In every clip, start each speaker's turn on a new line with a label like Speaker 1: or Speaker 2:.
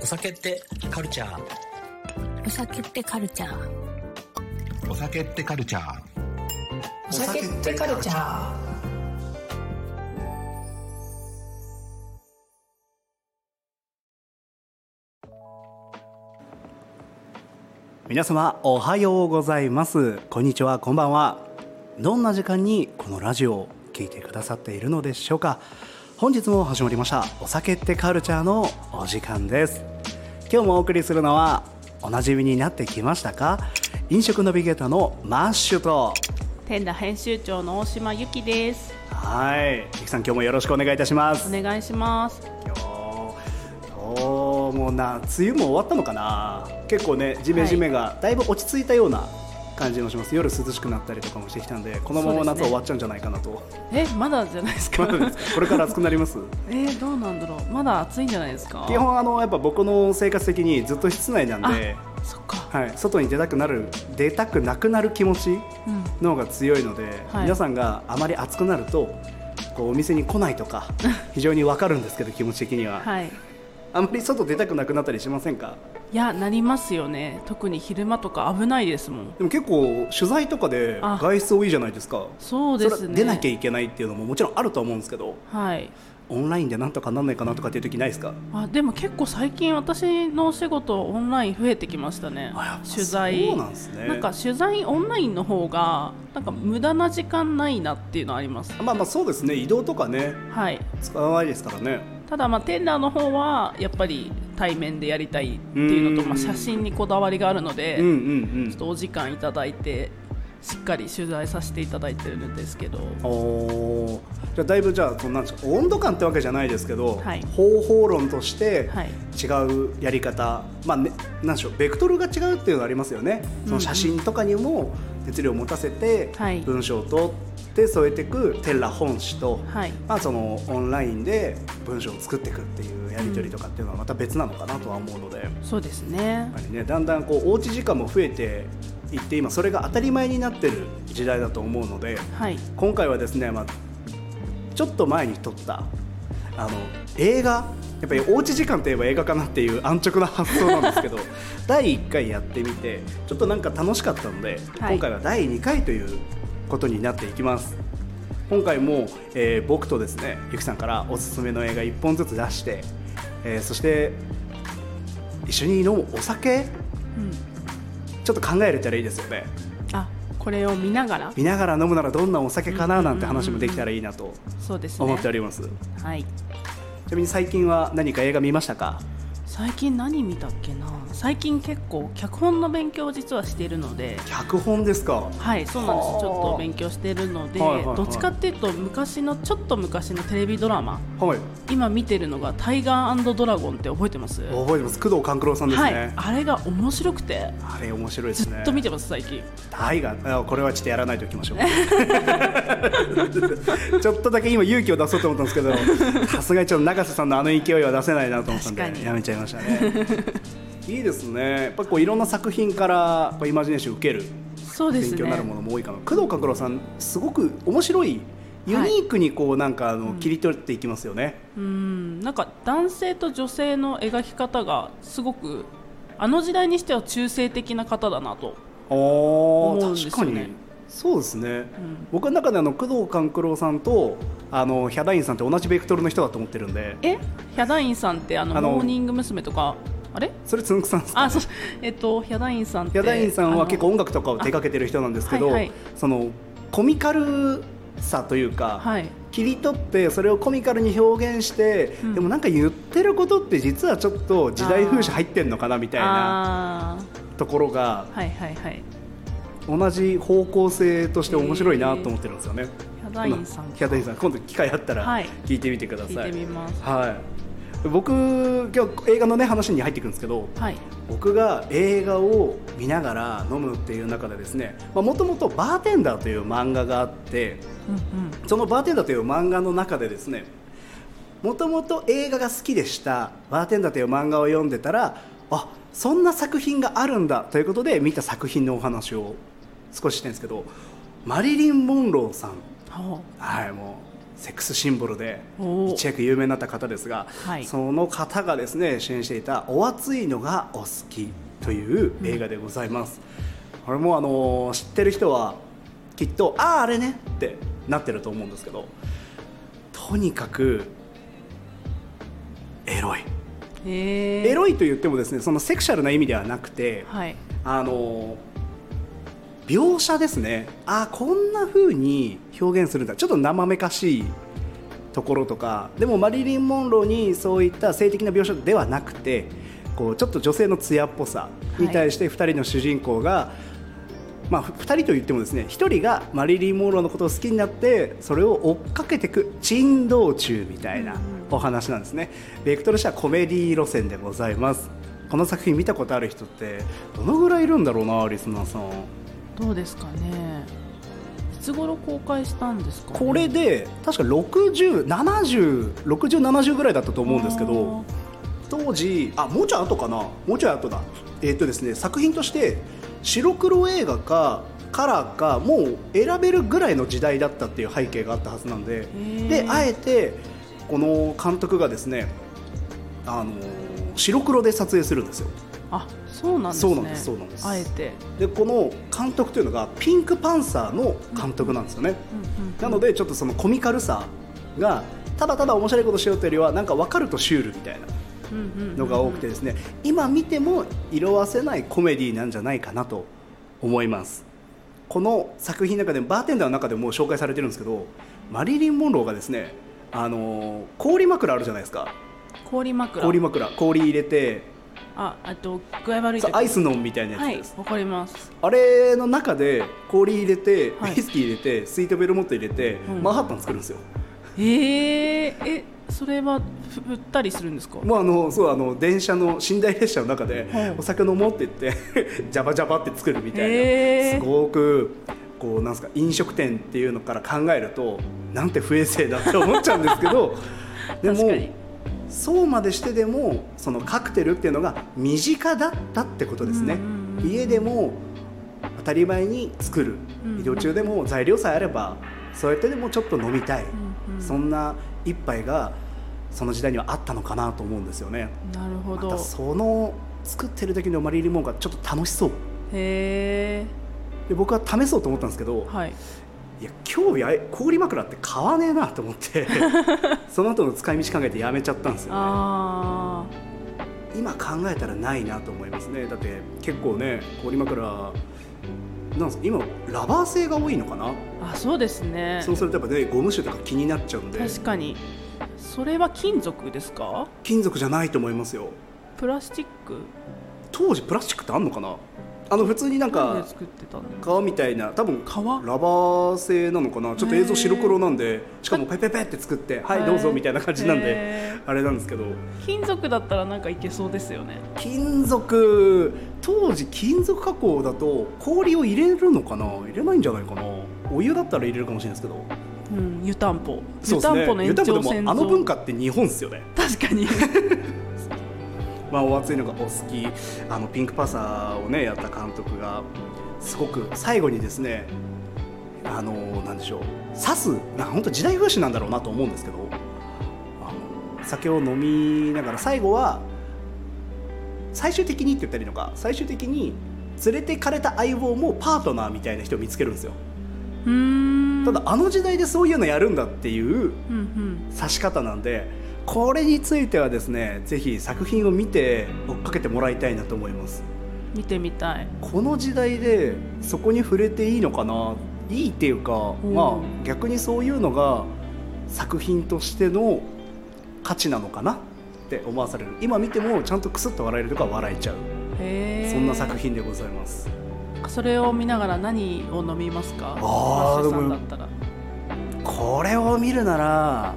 Speaker 1: お酒ってカルチャー。
Speaker 2: お酒ってカルチャー。
Speaker 3: お酒ってカルチャー。
Speaker 2: お酒ってカルチャー。
Speaker 4: 皆様おはようございますこんにちはこんばんはどんな時間にこのラジオを聞いてくださっているのでしょうか本日も始まりましたお酒ってカルチャーのお時間です今日もお送りするのはおなじみになってきましたか飲食ナビゲーターのマッシュと
Speaker 5: 天田編集長の大島由紀です。
Speaker 4: はいゆきさん今日もよろしくお願いいたします
Speaker 5: お願いします。
Speaker 4: 今日おーもうな梅雨も終わったのかな結構ねジメジメがだいぶ落ち着いたような感じもします、夜涼しくなったりとかもしてきたんでこのまま
Speaker 5: そうです
Speaker 4: 夏
Speaker 5: ね
Speaker 4: 終わっちゃうんじゃないかなと、
Speaker 5: え、まだじゃないですか
Speaker 4: ま。だですこれから暑くなります
Speaker 5: えー、どうなんだろう。まだ暑いんじゃないですか。
Speaker 4: 基本あのやっぱ僕の生活的にずっと室内なんで、
Speaker 5: そっか。
Speaker 4: はい、外に出たくなる出たくなくなる気持ち
Speaker 5: うん。
Speaker 4: の方が強いので、
Speaker 5: はい
Speaker 4: 皆さんがあまり暑くなるとこうお店に来ないと か非常にわかるんですけど気持ち的には、
Speaker 5: はい。
Speaker 4: あまり外出たくなくなったりしませんか
Speaker 5: いや、なりますよね。特に昼間とか危ないですもん。
Speaker 4: でも結構取材とかで
Speaker 5: あ
Speaker 4: 外出多いじゃないですか
Speaker 5: そうで
Speaker 4: れ
Speaker 5: す
Speaker 4: は
Speaker 5: ね。
Speaker 4: 出なきゃいけないっていうのももちろんあると思うんですけど
Speaker 5: はい。
Speaker 4: オンラインでなんとかなんないかなとかっていう時ないですか
Speaker 5: あ、でも結構最近私のお仕事オンライン増えてきましたね
Speaker 4: あやっ。ぱ
Speaker 5: 取材。
Speaker 4: そうなんですね
Speaker 5: なんか取材オンラインの方がなんか無駄な時間ないなっていうのあります。
Speaker 4: まあまあそうですね移動とかね
Speaker 5: はい。
Speaker 4: 使わないですからね
Speaker 5: ただまあテンダーの方はやっぱり対面でやりたいっていうの
Speaker 4: う
Speaker 5: と
Speaker 4: ん
Speaker 5: まあ写真にこだわりがあるので、
Speaker 4: うんうん
Speaker 5: ちょっとお時間いただいてしっかり取材させていただいてるんですけど
Speaker 4: うんおーじゃあだいぶじゃあそのなんですか温度感ってわけじゃないですけど、
Speaker 5: はい
Speaker 4: 方法論として
Speaker 5: はい
Speaker 4: 違うやり方、まあね、なんでしょうベクトルが違うっていうのがありますよねその写真とかにも熱量を持たせて
Speaker 5: はい
Speaker 4: 文章を取って添えていくテラ本誌と、
Speaker 5: はい
Speaker 4: まあ、そのオンラインで文章を作っていくっていうやり取りとかっていうのはまた別なのかなとは思うので、やっ
Speaker 5: そうですね
Speaker 4: ぱりね、だんだんこうおうち時間も増えていって今それが当たり前になってる時代だと思うので
Speaker 5: はい
Speaker 4: 今回はですね、まあ、ちょっと前に撮ったあの映画やっぱりおうち時間といえば映画かなっていう 安直な発想なんで すけど第1回やってみてちょっとなんか楽しかったので、
Speaker 5: はい
Speaker 4: 今回は第2回ということになっていきます今回も、えー僕とですねゆきさんからおすすめの映画1本ずつ出して、えーそして一緒に飲むお酒
Speaker 5: うん
Speaker 4: ちょっと考えれたらいいですよね
Speaker 5: あこれを見ながら
Speaker 4: 見ながら飲むならどんなお酒かななんて話もできたらいいなと
Speaker 5: そうですね
Speaker 4: 思っておりますち
Speaker 5: はい
Speaker 4: なみに最近は何か映画見ましたか
Speaker 5: 最近何見たっけな最近結構脚本の勉強を実はしているので
Speaker 4: 脚本ですか
Speaker 5: はいそうなんです
Speaker 4: はあ
Speaker 5: ちょっと勉強してるので、
Speaker 4: はいはいはい
Speaker 5: どっちかっていうと昔のちょっと昔のテレビドラマ
Speaker 4: はい
Speaker 5: 今見てるのが「タイガードラゴン」って覚えてます
Speaker 4: 覚えてます工藤官九郎さんです
Speaker 5: は
Speaker 4: ね、
Speaker 5: い、あれが面白くて
Speaker 4: あれ面白いです
Speaker 5: ず
Speaker 4: ね
Speaker 5: っと見てます最近
Speaker 4: 大河あこ れはちょっとやらないといきましょうちょっとだけ今勇気を出そうと思ったん ですけどさすがにちょっと永瀬さんのあの勢いは出せないなと思ったん
Speaker 5: 確か
Speaker 4: で
Speaker 5: に
Speaker 4: やめちゃいましたねいいですねやっぱこういろんな作品からやっぱイマジネーション受ける
Speaker 5: そうです
Speaker 4: 勉
Speaker 5: ね
Speaker 4: 強になるものも多いかな、工藤官九郎さんすごく面白いユニークにこうなんかあの切り取っていきますよね、
Speaker 5: うんなんか男性と女性の描き方がすごくあの時代にしては中性的な方だなと
Speaker 4: あ
Speaker 5: 思うん
Speaker 4: あ
Speaker 5: です
Speaker 4: 確
Speaker 5: よね
Speaker 4: かにそうですね、
Speaker 5: ん
Speaker 4: 僕の中であの工藤官九郎さんとあのヒャダインさんって同じベクトルの人だと思ってるんで
Speaker 5: えヒャダインさんってあの
Speaker 4: あの
Speaker 5: モーニング娘。とかあれ
Speaker 4: それつんくさんです
Speaker 5: あそう えっとヒャダインさんって
Speaker 4: ヒャダインさん
Speaker 5: あ
Speaker 4: は
Speaker 5: の
Speaker 4: 結構音楽とかを手掛けてる人なんですけど、
Speaker 5: あはいはい
Speaker 4: そのコミカルさというか、
Speaker 5: はい
Speaker 4: 切り取ってそれをコミカルに表現して、
Speaker 5: うん
Speaker 4: でもなんか言ってることって実はちょっと時代風刺入ってんのかなみたいな
Speaker 5: あ
Speaker 4: ところが
Speaker 5: ーはいはいはいヒ
Speaker 4: 同じ方向性として面白いなと思ってるんですよね。
Speaker 5: ャダインさん
Speaker 4: ヒャダインさん今度機会あったら
Speaker 5: はい
Speaker 4: 聞いてみてくださ
Speaker 5: 聞
Speaker 4: い。
Speaker 5: いてみます
Speaker 4: はい。僕今日映画のね話に入っていくんですけど、
Speaker 5: はい
Speaker 4: 僕が映画を見ながら飲むっていう中でですね、まあもともとバーテンダーという漫画があって、
Speaker 5: うんうん
Speaker 4: そのバーテンダーという漫画の中でですね、もともと映画が好きでしたバーテンダーという漫画を読んでたら、あそんな作品があるんだということで見た作品のお話を少ししてるんですけど、マリリン・モンローさん
Speaker 5: は
Speaker 4: はいもうセックスシンボルで
Speaker 5: おー
Speaker 4: 一躍有名になった方ですが、
Speaker 5: はい
Speaker 4: その方がですね主演していた「お熱いのがお好き」という映画でございます、これもあのー知ってる人はきっと「あああれね」ってなってると思うんですけどとにかくエロい
Speaker 5: へえ
Speaker 4: エロいと言ってもですねそのセクシャルな意味ではなくて、
Speaker 5: はい
Speaker 4: あの描写ですねあこんな風に表現するんだちょっと生めかしいところとかでもマリリン・モンローにそういった性的な描写ではなくてこうちょっと女性の艶っぽさに対して2人の主人公が、まあ、2人といってもですね1人がマリリン・モンローのことを好きになってそれを追っかけていく珍道中みたいなお話なんですねベクトル社コメディ路線でございますこの作品見たことある人ってどのぐらいいるんだろうなリスナーさん
Speaker 5: どうですかねいつ頃公開したんですかね、
Speaker 4: これで確か60706070ぐらいだったと思うんですけど当時あもうちょい後かなもうちょい後だえーっとですね作品として白黒映画かカラーかもう選べるぐらいの時代だったっていう背景があったはずなんで
Speaker 5: ー
Speaker 4: であえてこの監督がですねあのー白黒で撮影するんですよ
Speaker 5: あそうなんですね
Speaker 4: そうなんですそうなんです
Speaker 5: あえて、
Speaker 4: でこの監督というのがピンクパンサーの監督なんですよね、
Speaker 5: うんうん
Speaker 4: なのでちょっとそのコミカルさがただただ面白いことしようというよりはなんか分かるとシュールみたいな
Speaker 5: うんうんうん
Speaker 4: のが多くてですね今見ても色褪せないコメディなんじゃないかなと思いますこの作品の中でバーテンダーの中でも紹介されてるんですけどマリリン・モンローがですねあのー氷枕あるじゃないですか
Speaker 5: 氷枕
Speaker 4: 氷枕氷入れて
Speaker 5: ああと具合悪い
Speaker 4: そう
Speaker 5: 時
Speaker 4: アイス飲むみたいなやつ
Speaker 5: は
Speaker 4: です、
Speaker 5: いわかります
Speaker 4: あれの中で氷入れて、
Speaker 5: はい
Speaker 4: ウイスキー入れてスイートベルモット入れて、
Speaker 5: うん
Speaker 4: マンハッタン作るんですよ
Speaker 5: えええそれはふ振ったりするんですか
Speaker 4: もうあのそうあの電車の寝台列車の中で
Speaker 5: はい
Speaker 4: お酒飲もうって言って ジャバジャバって作るみたいな、
Speaker 5: へー
Speaker 4: すごくこうなんすか飲食店っていうのから考えるとなんて不衛生だって思っちゃうんですけ どで
Speaker 5: 確か
Speaker 4: も
Speaker 5: に
Speaker 4: そうまでしてでもそのカクテルっていうのが身近だったってことですね
Speaker 5: うんうんうんうん
Speaker 4: 家でも当たり前に作る
Speaker 5: うん
Speaker 4: 移動中でも材料さえあればそうやってでもちょっと飲みたい、
Speaker 5: うんうん
Speaker 4: そんな一杯がその時代にはあったのかなと思うんですよね
Speaker 5: なるほ
Speaker 4: ま
Speaker 5: ど、
Speaker 4: たその作ってる時のマリリン・モンがちょっと楽しそう
Speaker 5: へえ
Speaker 4: で僕は試そうと思ったんですけど、
Speaker 5: はい
Speaker 4: いや今日や氷枕って買わねえなと思って その後の使い道考えてやめちゃったんですよね
Speaker 5: あ
Speaker 4: 今考えたらないなと思いますねだって結構ね氷枕なんです今ラバー製が多いのかな、
Speaker 5: ーあそうですね
Speaker 4: そうするとやっぱねゴム臭とか気になっちゃうんで
Speaker 5: 確かにそれは金属ですか
Speaker 4: 金属じゃないと思いますよ
Speaker 5: プラスチック
Speaker 4: 当時プラスチックってあんのかなあの普通になん
Speaker 5: 何
Speaker 4: か
Speaker 5: で作ってたの
Speaker 4: 皮みたいな多分
Speaker 5: 皮
Speaker 4: ラバー製なのかなちょっと映像白黒なんでしかもペペペって作ってはいどうぞみたいな感じなんで
Speaker 5: へ
Speaker 4: あれなんですけど
Speaker 5: ー金属だったらなんかいけそうですよね
Speaker 4: 金属当時金属加工だと氷を入れるのかな入れないんじゃないかなお湯だったら入れるかもしれないですけど
Speaker 5: うん湯たんぽ
Speaker 4: そう
Speaker 5: 湯
Speaker 4: です
Speaker 5: た
Speaker 4: ね
Speaker 5: んぽの延
Speaker 4: 湯たんぽ
Speaker 5: 長
Speaker 4: で
Speaker 5: 線
Speaker 4: も
Speaker 5: 上
Speaker 4: あの文化って日本っすよね
Speaker 5: 確かに
Speaker 4: まあ、お熱いのがお好きあのピンクパサーをねやった監督がすごく最後にですねあのなんでしょう指すなん本当時代風刺なんだろうなと思うんですけどあの酒を飲みながら最後は最終的にって言ったらいいのか最終的に連れてかれた相棒もパートナーみたいな人を見つけるんですよ
Speaker 5: うーん
Speaker 4: ただあの時代でそういうのやるんだっていう
Speaker 5: うんうん
Speaker 4: 指し方なんでこれについてはですねぜひ作品を見て追っかけてもらいたいなと思います
Speaker 5: 見てみたい
Speaker 4: この時代でそこに触れていいのかないいっていうか、
Speaker 5: うん
Speaker 4: まあ逆にそういうのが作品としての価値なのかなって思わされる今見てもちゃんとクスッと笑えるとか笑えちゃう、
Speaker 5: へえ
Speaker 4: そんな作品でございます
Speaker 5: それを見ながら何を飲みますか
Speaker 4: あー
Speaker 5: マッシュさんだったら
Speaker 4: これを見るなら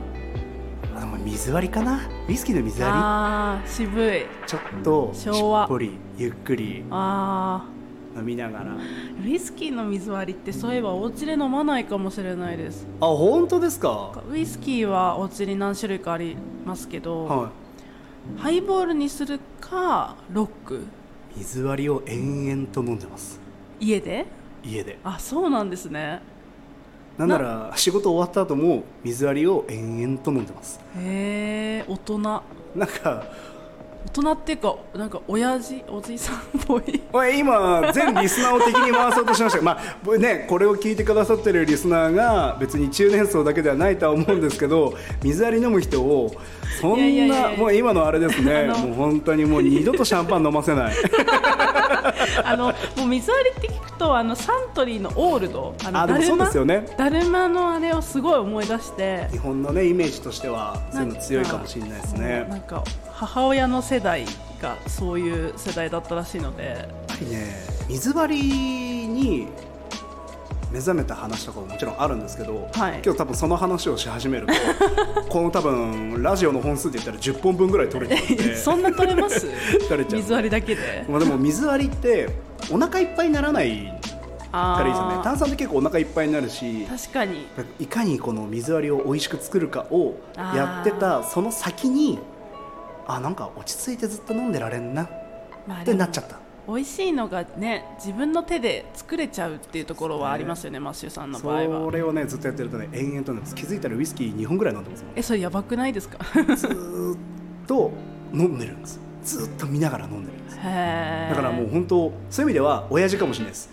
Speaker 4: あでも水割りかなウイスキーの水割
Speaker 5: あー渋い
Speaker 4: りちょっとしっ
Speaker 5: 昭和
Speaker 4: ぽりゆっくり
Speaker 5: あ
Speaker 4: 飲みながら
Speaker 5: ーウイスキーの水割りってそういえばお家で飲まないかもしれないです
Speaker 4: あ本当ですか。
Speaker 5: ウイスキーはお家に何種類かありますけど、
Speaker 4: は
Speaker 5: ハイボールにするかロック
Speaker 4: い。水割りを延々と飲んでます。
Speaker 5: 家で
Speaker 4: 家で。
Speaker 5: あそうなんですね
Speaker 4: なんなら仕事終わった後も水割りを延々と飲んでます
Speaker 5: へえ大人大
Speaker 4: なんか
Speaker 5: 人っていうかなんか親父おじいさんっぽ い
Speaker 4: おい今全リスナーを敵に回そうとしましたがまあねこれを聞いてくださってるリスナーが別に中年層だけではないとは思うんですけど水割り飲む人をそんない
Speaker 5: やいやいやいや
Speaker 4: もう今のあれですね
Speaker 5: あの
Speaker 4: もう本当にもう二度とシャンパン飲ませない
Speaker 5: あのもう水割りって聞くとあのサントリーのオールドあの
Speaker 4: あでもそうですよね
Speaker 5: だるまのあれをすごい思い出して
Speaker 4: 日本のねイメージとしてはそういうの強いかもしれないです ね
Speaker 5: なんか母親の世代がそういう世代だったらしいので
Speaker 4: やっぱりね水割りに目覚めた話とかももちろんあるんですけど、
Speaker 5: はい
Speaker 4: 今日多分その話をし始める とこの多分ラジオの本数で言ったら10本分ぐらい取れてるん で
Speaker 5: そんな取れます
Speaker 4: 取れちゃう
Speaker 5: 水割りだけで
Speaker 4: まあでも水割りってお腹いっぱいにならない
Speaker 5: あ
Speaker 4: からいいですよね炭
Speaker 5: ー
Speaker 4: 酸って結構お腹いっぱいになるし
Speaker 5: 確かに
Speaker 4: いかにこの水割りを美味しく作るかをやってたその先にあなんか落ち着いてずっと飲んでられんなっ
Speaker 5: まあ
Speaker 4: てなっちゃった
Speaker 5: 美味しいのがね自分の手で作れちゃうっていうところはありますよねマッシュさんの場合
Speaker 4: そ
Speaker 5: は
Speaker 4: れをねずっとやってるとね延々とね気づいたらウイスキー2本ぐらい飲んでますもん
Speaker 5: えそれやばくないですか
Speaker 4: ずーっと飲んでるんですずーっと見ながら飲んでるんです
Speaker 5: へ
Speaker 4: だ
Speaker 5: ー
Speaker 4: からもう本当そういう意味では親父かもしれない です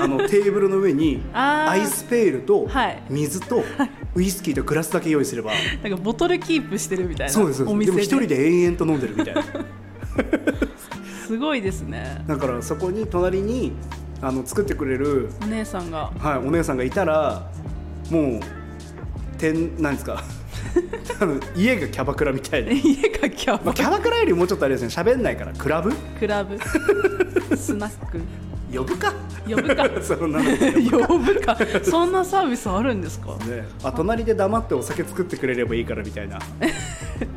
Speaker 4: あのテーブルの上に
Speaker 5: あー
Speaker 4: アイスペールと
Speaker 5: はい
Speaker 4: 水とウイスキーとグラスだけ用意すれば
Speaker 5: なんかボトルキープしてるみたいな
Speaker 4: そうですそう
Speaker 5: お
Speaker 4: です
Speaker 5: 店
Speaker 4: でも一人で延々と飲んでるみたいな
Speaker 5: すごいですね
Speaker 4: だからそこに隣にあの作ってくれる、
Speaker 5: お姉さんが
Speaker 4: はい、お姉さんがいたらもう天なんですか あの家がキャバクラみたいな
Speaker 5: 家がキャ
Speaker 4: ま
Speaker 5: バ
Speaker 4: あ、キャバクラよりもうちょっとあれですね喋んないからクラブ
Speaker 5: ク ラブスナック
Speaker 4: 呼ぶか
Speaker 5: 呼ぶか
Speaker 4: そんなのね
Speaker 5: 呼ぶかそんなサービスあるんですか
Speaker 4: あ隣で黙ってお酒作ってくれればいいからみたいな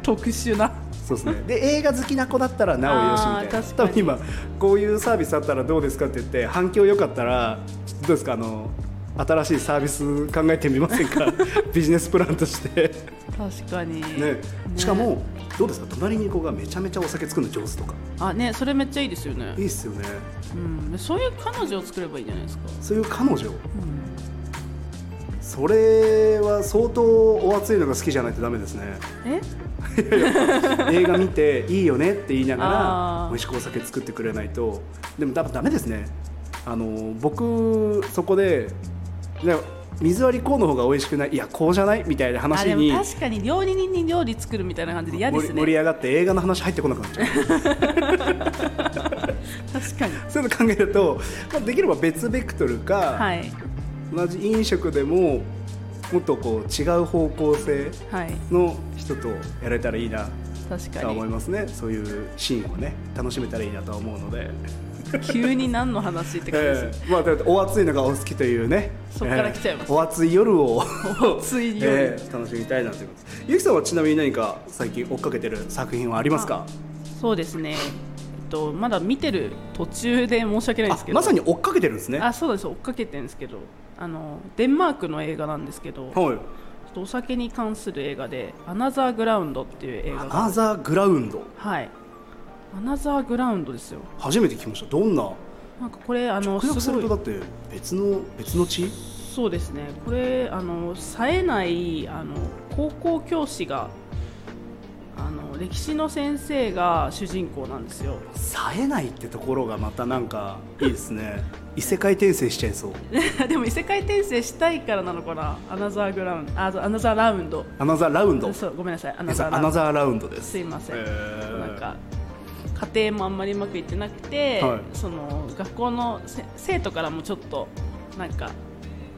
Speaker 5: 特殊な
Speaker 4: そうですねで映画好きな子だったらなおよしみたい
Speaker 5: あー
Speaker 4: な
Speaker 5: 確か
Speaker 4: 多
Speaker 5: に
Speaker 4: 分今こういうサービスあったらどうですかって言って反響良かったらちょっとどうですかあの新しいサービス考えてみません かビジネスプランとして、
Speaker 5: 確かに、
Speaker 4: ね、しかもどうですか隣に子がめちゃめちゃお酒作るの上手とか
Speaker 5: あねそれめっちゃいいですよね
Speaker 4: いいっすよね
Speaker 5: うん、そういう彼女を作ればいいんじゃないですか、
Speaker 4: そういう彼女それは相当お熱いのが好きじゃないとダメです ね
Speaker 5: え
Speaker 4: 映画見ていいよねって言いなが
Speaker 5: あ
Speaker 4: ら
Speaker 5: ー
Speaker 4: 美味しくお酒作ってくれないとでもだダメですねあの僕そこでね水割りこうの方が美味しくないいやこうじゃないみたいな
Speaker 5: あ
Speaker 4: 話
Speaker 5: で
Speaker 4: に
Speaker 5: も確かに料理人に料理作るみたいな感じで嫌で
Speaker 4: 盛
Speaker 5: す
Speaker 4: り盛り
Speaker 5: ね
Speaker 4: 上がって映画の話入ってこなくなっちゃ う
Speaker 5: 確かに
Speaker 4: そういうの考えると、まあ、できれば別ベクトルか、
Speaker 5: はい
Speaker 4: 同じ飲食でももっとこう違う方向性
Speaker 5: はい
Speaker 4: の人とやれたらいいな
Speaker 5: 確
Speaker 4: とは
Speaker 5: か
Speaker 4: 思い
Speaker 5: に
Speaker 4: ますねそういうシーンをね楽しめたらいいなとは思うので、
Speaker 5: 急に何の話って感じ
Speaker 4: え
Speaker 5: です、
Speaker 4: えまあだってお熱いのがお好きというね
Speaker 5: そっから来ちゃいます
Speaker 4: ええお熱い夜を
Speaker 5: お熱い夜
Speaker 4: ええ楽しみたいなということですゆきさんはちなみに何か最近追っかけてる作品はありますか
Speaker 5: そうですね、えっと、まだ見てる途中で申し訳ないんです
Speaker 4: あ
Speaker 5: けど
Speaker 4: まさに追っかけてるんですねは
Speaker 5: あそうです追っかけてるんですけどあのデンマークの映画なんですけどちょ
Speaker 4: い
Speaker 5: っとお酒に関する映画で「アナザーグラウンド」っていう映
Speaker 4: ア
Speaker 5: 画が
Speaker 4: ナザーグラウンド
Speaker 5: はいアナザーグラウンドですよ
Speaker 4: 初めて聞きましたどんな
Speaker 5: なんかこれあ
Speaker 4: 直
Speaker 5: の
Speaker 4: 訳
Speaker 5: す
Speaker 4: す
Speaker 5: ご
Speaker 4: る
Speaker 5: い
Speaker 4: とだって別の別の地
Speaker 5: そうですねこれあの冴えないあの高校教師があの歴史の先生が主人公なんですよ
Speaker 4: 冴えないってところがまたなんかいいですね 異世界転生しちゃいそう
Speaker 5: でも異世界転生したいからなのかなアナザーグラウンドあアナザーラウンド
Speaker 4: アナザーラウンド
Speaker 5: そうごめんなさいアナ
Speaker 4: 皆
Speaker 5: ザ
Speaker 4: さん
Speaker 5: ー
Speaker 4: ア
Speaker 5: ラウ
Speaker 4: ナ
Speaker 5: ンド
Speaker 4: ザーラウンドです
Speaker 5: すいません、
Speaker 4: へー
Speaker 5: なんか家庭もあんまりうまくいってなくて、
Speaker 4: はい
Speaker 5: その学校のせ生徒からもちょっとなんか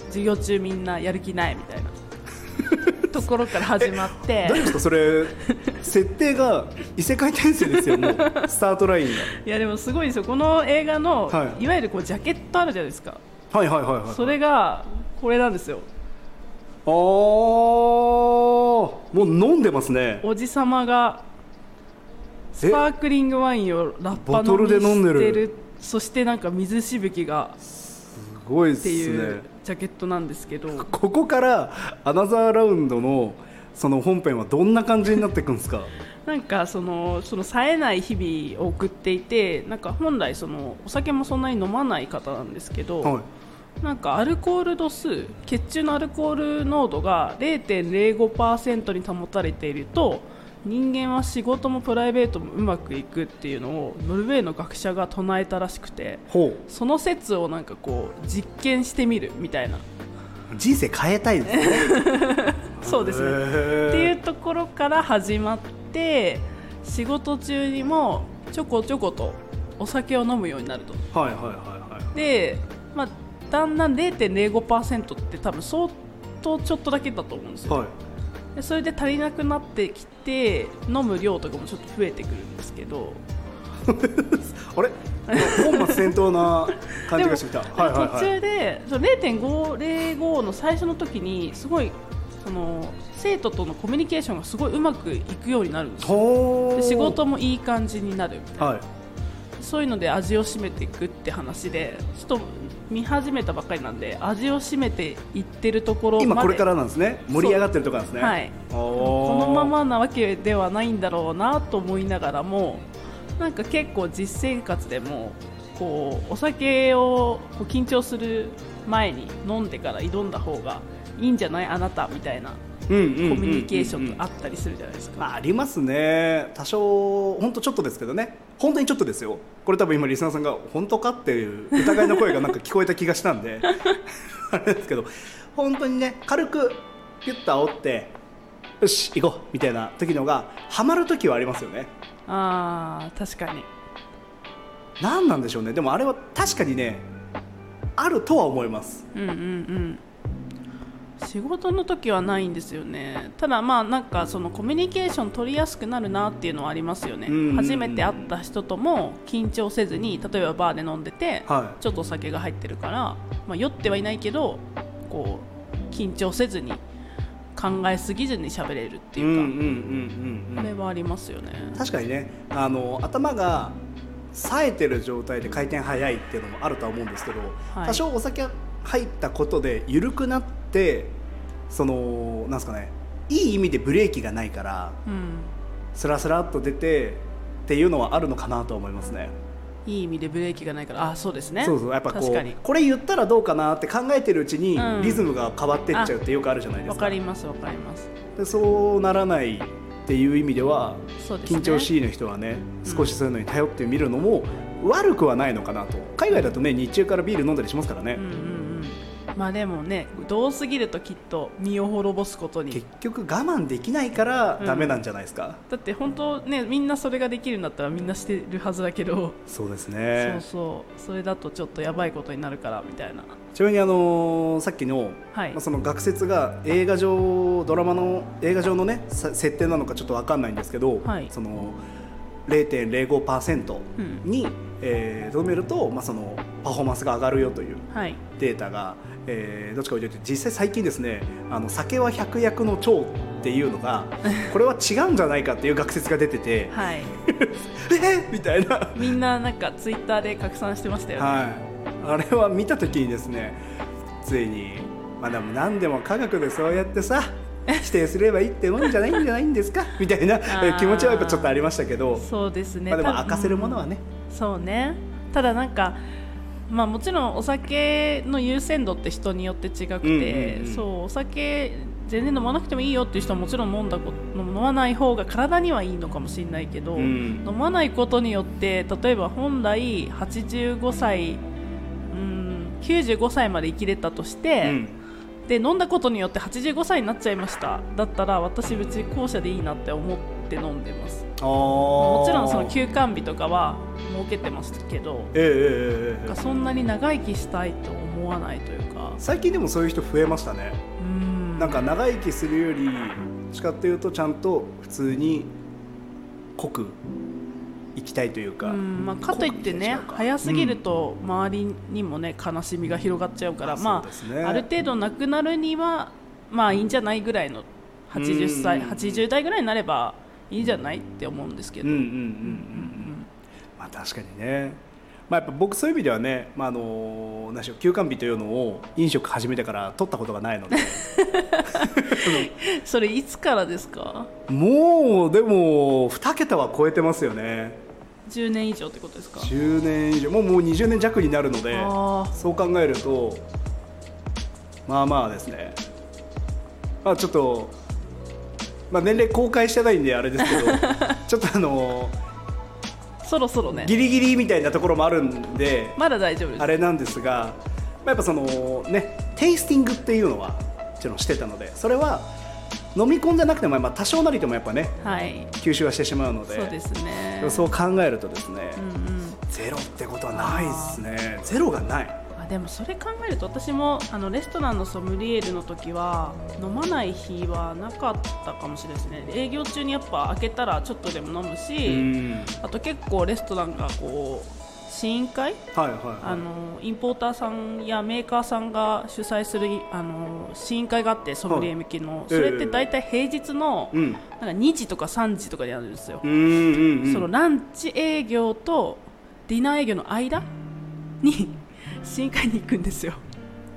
Speaker 5: 授業中みんなやる気ないみたい なところから始まっ
Speaker 4: 大
Speaker 5: て
Speaker 4: 丈夫ですかそれ設定が異世界転生ですよもうスタートライ ン
Speaker 5: いやでもすごいんですよこの映画の、、
Speaker 4: はいい
Speaker 5: わゆるこうジャケットあるじゃないですか
Speaker 4: がはいはいはいはい
Speaker 5: それがこれなんですよ
Speaker 4: あーもう飲んでますね
Speaker 5: おじさまがスパークリングワインをラッパ
Speaker 4: ボト
Speaker 5: 飲み
Speaker 4: ルで飲んでる
Speaker 5: してるそしてなんか水しぶきが
Speaker 4: すごいで
Speaker 5: って
Speaker 4: す
Speaker 5: いう
Speaker 4: ね
Speaker 5: ジャケットなんですけど
Speaker 4: ここからアナザーラウンドのその本編はどんな感じになっていくんですか
Speaker 5: なんかそのその冴えない日々を送っていてなんか本来そのお酒もそんなに飲まない方なんですけど、
Speaker 4: はい
Speaker 5: なんかアルコール度数血中のアルコール濃度が0.05%に保たれていると人間は仕事もプライベートもうまくいくっていうのをノルウェーの学者が唱えたらしくて
Speaker 4: ほう
Speaker 5: その説をなんかこう実験してみるみたいな
Speaker 4: 人生変えたいですね
Speaker 5: そうですね
Speaker 4: ね
Speaker 5: っていうところから始まって仕事中にもちょこちょことお酒を飲むようになると
Speaker 4: はいはいはいはい
Speaker 5: で、まあ、だんだん0.05%って多分相当ちょっとだけだと思うんですよ、
Speaker 4: はい
Speaker 5: でそれで足りなくなってきて飲む量とかもちょっと増えてくるんですけど
Speaker 4: あれ 本末転倒な感じがしてきた
Speaker 5: でも
Speaker 4: はいはい
Speaker 5: 途
Speaker 4: はい
Speaker 5: 中でその0.505の最初の時にすごいその生徒とのコミュニケーションがすごいうまくいくようになるんですよ
Speaker 4: ほー
Speaker 5: で仕事もいい感じになるみたいな
Speaker 4: はい
Speaker 5: そういうので味を占めていくって話でちょっと見始めたばっかりなんで味を占めていってるところまで
Speaker 4: 今これからなんですね盛り上がってるところなんですね
Speaker 5: はいこ
Speaker 4: こ
Speaker 5: のままなわけではないんだろうなと思いながらもなんか結構実生活でもこうお酒をこう緊張する前に飲んでから挑んだ方がいいんじゃないあなたみたいな
Speaker 4: コミ
Speaker 5: コミュニケーション
Speaker 4: あ
Speaker 5: があったりするじゃないですか、
Speaker 4: まあ、ありますね多少本当ちょっとですけどね本当にちょっとですよこれ多分今リスナーさんが本当かっていう疑いの声がなんか聞こえた気がしたん であれですけど本当にね軽くピュッと煽ってよし行こうみたいな時のがハマる時はありますよね
Speaker 5: あー確かに
Speaker 4: 何なんでしょうねでもあれは確かにねあるとは思います
Speaker 5: うんうんうん仕事の時はないんですよねただまあなんかそのコミュニケーション取りやすくなるなっていうのはありますよね、
Speaker 4: うんうんうん
Speaker 5: 初めて会った人とも緊張せずに例えばバーで飲んでて、
Speaker 4: はい
Speaker 5: ちょっとお酒が入ってるから、まあ、酔ってはいないけどこう緊張せずに考えすぎずに喋れるっていうか、
Speaker 4: うん
Speaker 5: これはありますよね
Speaker 4: 確かにねあの頭が冴えてる状態で回転早いっていうのもあるとは思うんですけど、
Speaker 5: はい
Speaker 4: 多少お酒入ったことで緩くなってそのなんですかねいい意味でブレーキがないから
Speaker 5: うん
Speaker 4: スラスラっと出てっていうのはあるのかなと思いますね。
Speaker 5: いい意味でブレーキがないからあそうですね
Speaker 4: そうそうやっぱこ
Speaker 5: 確かに
Speaker 4: うこれ言ったらどうかなって考えてるうちに
Speaker 5: うん
Speaker 4: リズムが変わってっちゃうってよくあるじゃないで
Speaker 5: わ
Speaker 4: すか。
Speaker 5: かりますわかります
Speaker 4: でそうならないっていう意味では
Speaker 5: そうですね
Speaker 4: 緊張しいの人はね少しそういうのに頼ってみるのも悪くはないのかなと海外だとね日中からビール飲んだりしますからね、
Speaker 5: うんうんうんまあでもねどうすぎるときっと身を滅ぼすことに
Speaker 4: 結局我慢できないからダメなんじゃないですか、
Speaker 5: だって本当ねみんなそれができるんだったらみんなしてるはずだけど、
Speaker 4: そうですね
Speaker 5: そうそうそれだとちょっとやばいことになるからみたいな
Speaker 4: ちなみにあのーさっきの、
Speaker 5: はい
Speaker 4: まあその学説が映画上ドラマの映画上のねさ設定なのかちょっとわかんないんですけど、
Speaker 5: はい
Speaker 4: その0.05%
Speaker 5: うん
Speaker 4: に、えー、とどめると、まあ、そのパフォーマンスが上がるよという
Speaker 5: はい
Speaker 4: データが、えーどっちかというと実際最近ですねあの酒は百薬の長っていうの がこれは違うんじゃないかっていう学説が出てて
Speaker 5: はい
Speaker 4: えーみたいな、
Speaker 5: みんななんかツイッターで拡散してましたよね、
Speaker 4: はい、あれは見た時にですねついにまあでも何でも科学でそうやって さ否定すればいいってもんじゃないんじゃないんですかみたいなえー気持ちはやっぱちょっとありましたけど、
Speaker 5: そうですね、
Speaker 4: まあ、でも
Speaker 5: た
Speaker 4: 明かせるものはね、
Speaker 5: そうねただなんかまあもちろんお酒の優先度って人によって違く
Speaker 4: う
Speaker 5: て、
Speaker 4: んうんうん
Speaker 5: そうお酒全然飲まなくてもいいよっていう人はもちろん飲んだこ飲まない方が体にはいいのかもしれないけど、
Speaker 4: うん
Speaker 5: 飲まないことによって例えば本来85歳うん95歳まで生きれたとして、
Speaker 4: うん
Speaker 5: で飲んだことによって85歳になっちゃいましただったら私別に後者でいいなって思って飲んでますも
Speaker 4: も
Speaker 5: ちろんその休館日とかは設けてますけど
Speaker 4: ええええええ
Speaker 5: なんかそんなに長生きしたいと思わないというか
Speaker 4: 最近でもそういう人増えましたね
Speaker 5: うん
Speaker 4: なんか長生きするよりどっちかっていうとちゃんと普通に濃く生きたいというか、
Speaker 5: うんまあ、かといっ
Speaker 4: 濃く生きて
Speaker 5: てね
Speaker 4: しまうか
Speaker 5: 早すぎると周りにもね悲しみが広がっちゃうから、
Speaker 4: うん
Speaker 5: ま
Speaker 4: そうです
Speaker 5: あ
Speaker 4: ね
Speaker 5: ある程度なくなるにはまあいいんじゃないぐらいの80歳
Speaker 4: うん
Speaker 5: 80代ぐらいになればいいんじゃないって思うんですけ
Speaker 4: う
Speaker 5: ど、
Speaker 4: んうんうんうんうんまあ確かにねまあやっぱ僕そういう意味ではね、まあ、あの何でしょう休館日というのを飲食始めてから取ったことがないの で
Speaker 5: それいつからですか
Speaker 4: もうでも2桁は超えてますよね
Speaker 5: 10年以上ってことですか
Speaker 4: 10年以上もうもう20年弱になるので
Speaker 5: あー
Speaker 4: そう考えるとまあまあですねまあちょっと、まあ、年齢公開してないんであれですけ どちょっとあの
Speaker 5: そろそろね
Speaker 4: ギリギリみたいなところもあるんで、
Speaker 5: まだ大丈夫です
Speaker 4: あれなんですが、まあ、やっぱそのねテイスティングっていうのはちょっとしてたのでそれは飲み込んでなくても、まあ、多少なりともやっぱね
Speaker 5: はい
Speaker 4: 吸収はしてしまうので
Speaker 5: そうですね
Speaker 4: でもそう考えるとですね、
Speaker 5: うんうん
Speaker 4: ゼロってことはないですねゼロがない
Speaker 5: あでもそれ考えると私もあのレストランのソムリエールの時は飲まない日はなかったかもしれないですね営業中にやっぱ開けたらちょっとでも飲む
Speaker 4: う
Speaker 5: し
Speaker 4: ん
Speaker 5: あと結構レストランがこう試飲会
Speaker 4: はいはいはい
Speaker 5: あのインポーターさんやメーカーさんが主催するあの試飲会があってソムリエ向けの、
Speaker 4: い
Speaker 5: それって大体平日の、
Speaker 4: うん
Speaker 5: なんか2時とか3時とかにあるんですよ、
Speaker 4: うんうんうん
Speaker 5: そのランチ営業とディナー営業の間に 試飲会に行くんですよ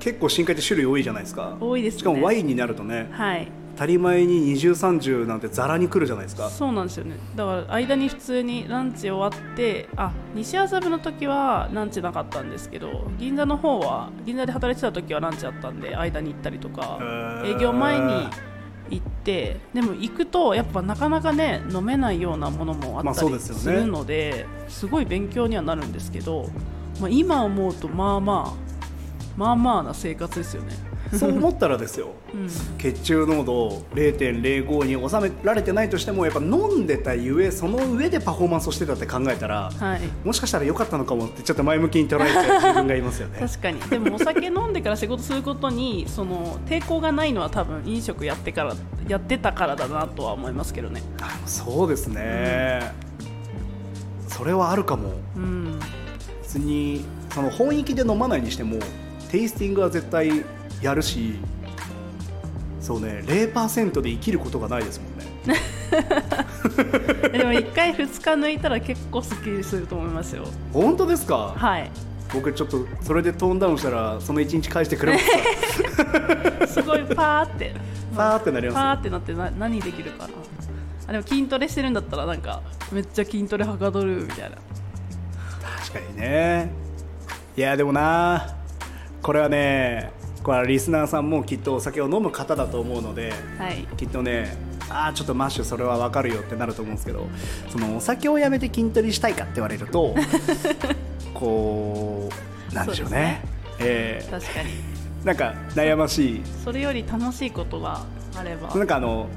Speaker 4: 結構深海って種類多いじゃないですか
Speaker 5: 多いですね
Speaker 4: しかもワインになるとね
Speaker 5: はい
Speaker 4: 当たり前に2030なんてざらに来るじゃないですか
Speaker 5: そうなんですよねだから間に普通にランチ終わってあ西麻布の時はランチなかったんですけど銀座の方は銀座で働いてた時はランチあったんで間に行ったりと
Speaker 4: へ
Speaker 5: か
Speaker 4: ー
Speaker 5: 営業前に行ってでも行くとやっぱなかなかね飲めないようなものもあ
Speaker 4: まあ
Speaker 5: った
Speaker 4: そう
Speaker 5: り
Speaker 4: ですよね
Speaker 5: するので,、すごい勉強にはなるんですけど、まあ、今思うとまあまあまあまあな生活ですよね。
Speaker 4: そう思ったらですよ
Speaker 5: うん
Speaker 4: 血中濃度を0.05に収められてないとしてもやっぱ飲んでたゆえその上でパフォーマンスをしてたって考えたら
Speaker 5: はい
Speaker 4: もしかしたら良かったのかもってちょっと前向きに捉えてる自分がいますよね
Speaker 5: 確かにでもお酒飲んでから仕事することにその抵抗がないのは多分飲食やってからやってたからだなとは思いますけどね
Speaker 4: あそうですね、それはあるかも
Speaker 5: うん
Speaker 4: 別にその本域で飲まないにしてもテイスティングは絶対やるしそうね0%で生きることがないですもんね
Speaker 5: えでも1回2日抜いたら結構すっきりすると思いますよ
Speaker 4: 本当ですか、
Speaker 5: はい
Speaker 4: 僕ちょっとそれでトーンダウンしたらその1日返してくれますか
Speaker 5: すごいパーって
Speaker 4: パーってなりますよ
Speaker 5: パーってなってな何できるかなあでも筋トレしてるんだったらなんかめっちゃ筋トレはかどるみたいな
Speaker 4: 確かにねいやでもなこれはねこれはリスナーさんもきっとお酒を飲む方だと思うので
Speaker 5: はい
Speaker 4: きっとねああちょっとマッシュそれはわかるよってなると思うんですけどそのお酒をやめて筋トレしたいかって言われる とこうなんでしょうねえ
Speaker 5: 確かに
Speaker 4: ーなんか悩ましい
Speaker 5: それより楽しいことがあれば
Speaker 4: なんかあの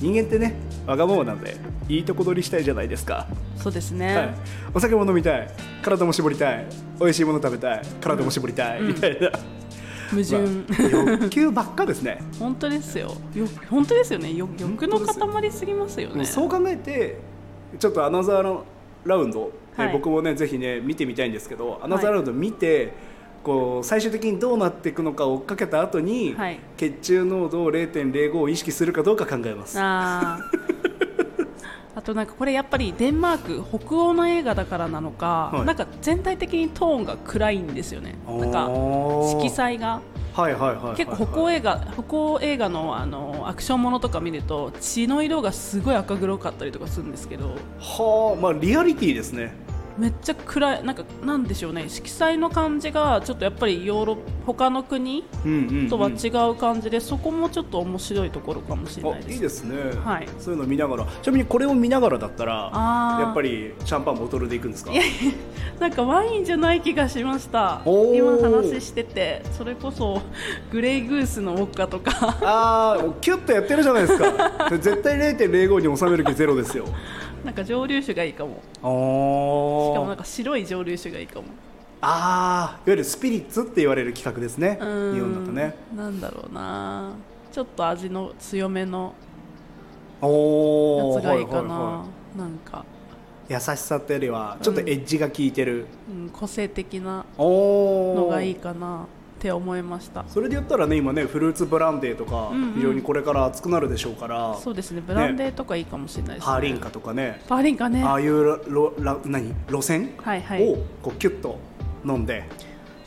Speaker 4: 人間ってねわがままなんでいいとこ取りしたいじゃないですか、
Speaker 5: そうですね、
Speaker 4: はい、お酒も飲みたい体も絞りたい美味しいもの食べたい体も絞りたい、みたいな、
Speaker 5: 矛盾、
Speaker 4: まあ欲求ばっかですね
Speaker 5: 本当ですよよ本当ですよねよ欲の塊すぎますよね
Speaker 4: そう考えてちょっとアナザーのラウンド、え
Speaker 5: はい
Speaker 4: 僕もねぜひね見てみたいんですけどアナザーラウンド見て、こう最終的にどうなっていくのかを追っかけた後に、
Speaker 5: はい
Speaker 4: 血中濃度を0.05を意識するかどうか考えます
Speaker 5: あ ーあとなんかこれやっぱりデンマーク北欧の映画だからなのか、
Speaker 4: はい
Speaker 5: なんか全体的にトーンが暗いんですよねなんか
Speaker 4: おー
Speaker 5: 色彩が
Speaker 4: はいはいはいはい、
Speaker 5: 結構北欧
Speaker 4: へ
Speaker 5: 映画北欧映画のあのアクションものとか見ると血の色がすごい赤黒かったりとかするんですけど
Speaker 4: はあまあリアリティですね
Speaker 5: めっちゃ暗いなんかなんでしょうね色彩の感じがちょっとやっぱりヨーロッ他の国
Speaker 4: うんうん、うん、
Speaker 5: とは違う感じで、そこもちょっと面白いところかもしれ
Speaker 4: あ
Speaker 5: ないです。
Speaker 4: いいですね、
Speaker 5: はい
Speaker 4: そういうの見ながらちなみにこれを見ながらだったら
Speaker 5: あー
Speaker 4: やっぱりシャンパンボトルでいくんですか
Speaker 5: なんかワインじゃない気がしました。
Speaker 4: おー
Speaker 5: 今話してて、それこそ グレイグースのウォッカとか
Speaker 4: ああキュッとやってるじゃないですかで絶対0.05に収める気ゼロですよ
Speaker 5: なんか蒸留酒がいいかも。
Speaker 4: あ
Speaker 5: しかもなん
Speaker 4: ー
Speaker 5: か白い蒸留酒がいいかも。
Speaker 4: あーいわゆるスピリッツって言われる企画ですね
Speaker 5: う
Speaker 4: 日
Speaker 5: ーん
Speaker 4: 本だとね
Speaker 5: なんだろうな。ちょっと味の強めの
Speaker 4: お
Speaker 5: や
Speaker 4: お
Speaker 5: つがいいかな。
Speaker 4: は
Speaker 5: なんか、
Speaker 4: いはい、優しさってよりはちょっとエッジが効いてる、
Speaker 5: うん、個性的な
Speaker 4: おお
Speaker 5: のがいいかなって思いました。
Speaker 4: それで言ったらね今ねフルーツブランデーとか
Speaker 5: うんうん
Speaker 4: 非常にこれから熱くなるでしょうから、
Speaker 5: そうですね。ブランデーとかいいかもしれないです、ね。
Speaker 4: パーリンカとかね
Speaker 5: パーリンカね。
Speaker 4: ああいうらろら何路線を
Speaker 5: はいはい
Speaker 4: こうキュッと飲んで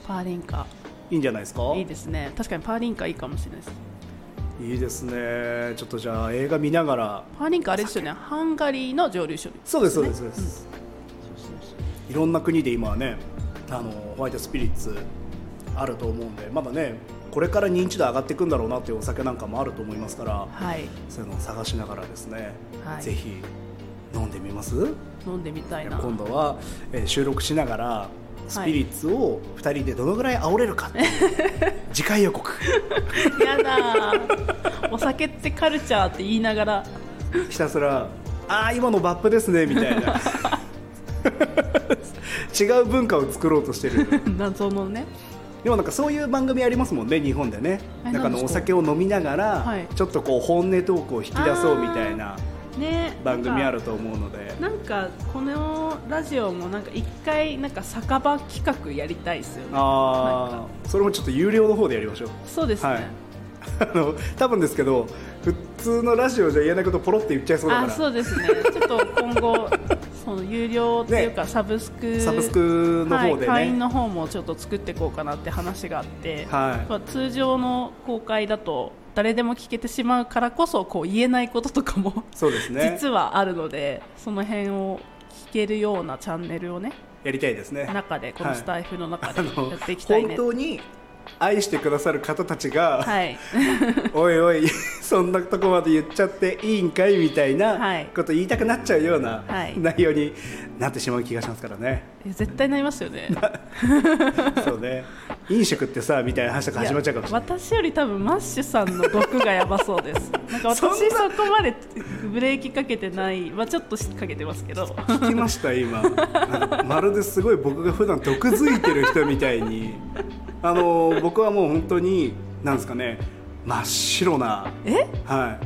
Speaker 5: パーリンカ。
Speaker 4: いいんじゃないですか
Speaker 5: いいですね。確かにパーリンカいいかもしれないです。
Speaker 4: いいですねちょっとじゃあ映画見ながら
Speaker 5: パーリンカあれですよね。ハンガリーの蒸留酒。
Speaker 4: そうですそうですそうです、いろんな国で今はねあのホワイトスピリッツあると思うんでまだねこれから認知度上がっていくんだろうなというお酒なんかもあると思いますから
Speaker 5: はい
Speaker 4: そういうのを探しながらですね、
Speaker 5: はい
Speaker 4: ぜひ飲んでみます
Speaker 5: 飲んでみたいな
Speaker 4: 今度は、えー収録しながらスピリッツを2人でどのぐらい煽れるか っていう次回予告
Speaker 5: やだーお酒ってカルチャーって言いながら
Speaker 4: ひたすら「ああ今のバップですね」みたい な違う文化を作ろうとしてる
Speaker 5: 謎のね
Speaker 4: でもなんかそういう番組ありますもんね日本でね
Speaker 5: え
Speaker 4: なんかあの
Speaker 5: 何
Speaker 4: お
Speaker 5: ですか
Speaker 4: 酒を飲みながら、
Speaker 5: はい
Speaker 4: ちょっとこう本音トークを引き出そうみたいな
Speaker 5: ね
Speaker 4: 番組あると思うので
Speaker 5: なんかなんかこのラジオもなんか一回なんか酒場企画やりたいですよね
Speaker 4: ああそれもちょっと有料の方でやりましょう
Speaker 5: そうですね、
Speaker 4: はい あの多分ですけど普通のラジオじゃ言えないことポロって言っちゃいそうだか
Speaker 5: あ
Speaker 4: ら
Speaker 5: そうですねちょっと今後その有料って いうか、サブスク
Speaker 4: サブスクの方で
Speaker 5: はい、
Speaker 4: ね、
Speaker 5: 会員の方もちょっと作っていこうかなって話があって、
Speaker 4: はい
Speaker 5: まあ通常の公開だと誰でも聞けてしまうからこそこう言えないこととかも、
Speaker 4: そうですね
Speaker 5: 実はあるのでその辺を聞けるようなチャンネルをね
Speaker 4: やりたいですね
Speaker 5: 中でこのスタイフの中で
Speaker 4: あの
Speaker 5: やっていきたいね。
Speaker 4: 本当に愛してくださる方たちが、
Speaker 5: はい、
Speaker 4: おいお いそんなとこまで言っちゃっていいんかいみたい
Speaker 5: は
Speaker 4: ないこと言いたくなっちゃうような
Speaker 5: はい
Speaker 4: 内容になってしまう気がしますから ね、
Speaker 5: 絶対なりますよね。
Speaker 4: そうね飲食ってさみたいな話とか始まっちゃうかもしれない
Speaker 5: 私より多分マッシュさんの毒がやばそ うです。なんか私
Speaker 4: そ
Speaker 5: そ
Speaker 4: んな
Speaker 5: こまでブレーキかけてない、まあちょっとしかけてますけど。
Speaker 4: 聞きました今なんかまるですごい僕が普段毒づいてる人みたいにあの僕はもう本当になんですかね真っ白な
Speaker 5: え？
Speaker 4: はい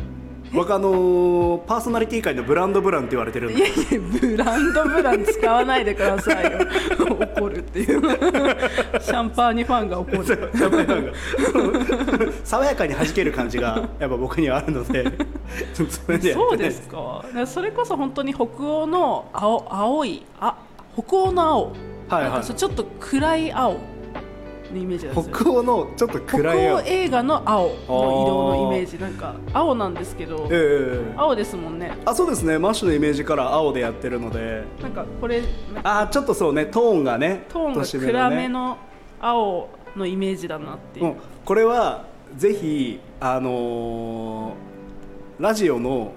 Speaker 4: 僕あのパーソナリティ界のブランドブランって言われてるん
Speaker 5: いや
Speaker 4: で
Speaker 5: いやブランドブラン使わないでくださいよ怒るって いうシャンパーニュファンが怒
Speaker 4: そう
Speaker 5: る
Speaker 4: やっぱりなんか爽やかに弾ける感じがやっぱ僕にはあるのでそれやって
Speaker 5: そうですかだからそれこそ本当に北欧の青青いあ北欧の青、
Speaker 4: はいはい
Speaker 5: なんかそうちょっと暗い青のイメージなんですよ
Speaker 4: 北欧のちょっと暗い
Speaker 5: 北
Speaker 4: 青
Speaker 5: 欧
Speaker 4: え
Speaker 5: 映画の青の色のイメージなんか青なんですけど、
Speaker 4: え
Speaker 5: 青ですもんね
Speaker 4: あそうですねマッシュのイメージから青でやってるので
Speaker 5: なんかこれ
Speaker 4: あーちょっとそうねトーンがね
Speaker 5: トーンが暗めの青のイメージだなっていう、
Speaker 4: うんこれはぜひあのーラジオの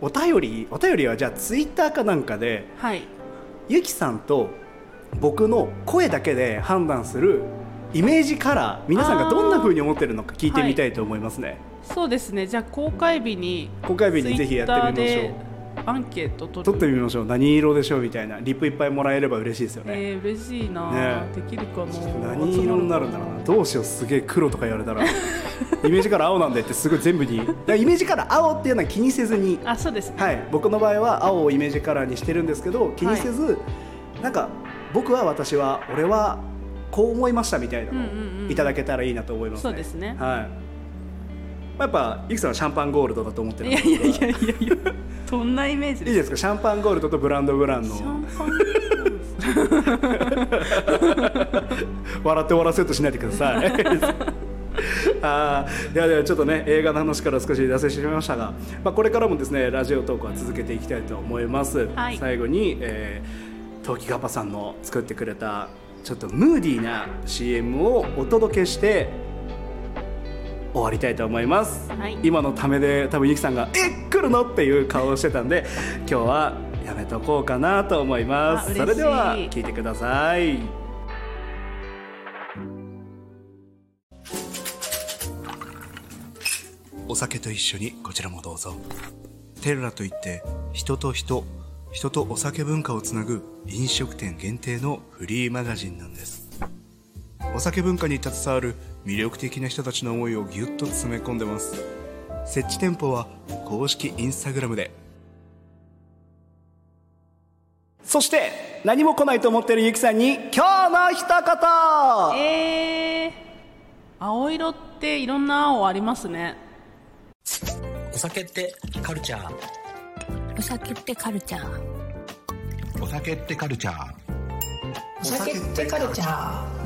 Speaker 4: お便りお便りはじゃあツイッターかなんかで
Speaker 5: はい
Speaker 4: ゆきさんと僕の声だけで判断するイメージカラー皆さんがどんな風に思ってるのか聞いてみたいと思いますね、
Speaker 5: そうですねじゃあ公開日に
Speaker 4: 公開日にぜひやってみましょう
Speaker 5: Twitter でアンケート取る
Speaker 4: 撮ってみましょう何色でしょうみたいなリップいっぱいもらえれば嬉しいですよね、
Speaker 5: えー、嬉しいな、
Speaker 4: ね
Speaker 5: できるかな
Speaker 4: 何色になるんだろうなどうしようすげえ黒とか言われたらイメージカラー青なんでってすごい全部にだからイメージカラー青っていうのは気にせずに
Speaker 5: あそうですね
Speaker 4: はい、僕の場合は青をイメージカラーにしてるんですけど気にせず、なんか僕は私は俺はこう思いましたみたいな
Speaker 5: うんうん
Speaker 4: の
Speaker 5: う
Speaker 4: を
Speaker 5: ん
Speaker 4: いただけたらいいなと思いますね。
Speaker 5: そうです
Speaker 4: は
Speaker 5: ね
Speaker 4: いまあやっぱゆきさんはシャンパンゴールドだと思ってる
Speaker 5: い
Speaker 4: ん
Speaker 5: や
Speaker 4: で
Speaker 5: いやいやいやいやどんなイメージ
Speaker 4: いい
Speaker 5: です
Speaker 4: ですかシャンパンゴールドとブランドブラン
Speaker 5: かシャ
Speaker 4: の
Speaker 5: ンパン
Speaker 4: 笑って終わらせようとしないでください。 あーではではちょっとね映画の話から少し出せてしまいましたが、まあ、これからもですねラジオトークは続けていきたいと思います、
Speaker 5: はい
Speaker 4: 最後に、えー、トウキガパさんの作ってくれたちょっとムーディーな CM をお届けして終わりたいと思います、
Speaker 5: はい
Speaker 4: 今のためで多分ゆきさんが「え来るの?」っていう顔をしてたんで今日はやめとこうかなと思いま
Speaker 5: あ
Speaker 4: す
Speaker 5: 嬉しい
Speaker 4: それでは聞いてください
Speaker 3: お酒と一緒にこちらもどうぞテルラといって人と人人とお酒文化をつなぐ飲食店限定のフリーマガジンなんですお酒文化に携わる魅力的な人たちの思いをぎゅっと詰め込んでます設置店舗は公式インスタグラムで
Speaker 4: そして何も来ないと思ってるゆきさんに今日の一言
Speaker 5: えー、青色っていろんな青ありますね
Speaker 1: お酒ってカルチャー
Speaker 2: お酒ってカルチャー
Speaker 3: お酒ってカルチャー
Speaker 2: お酒ってカルチャー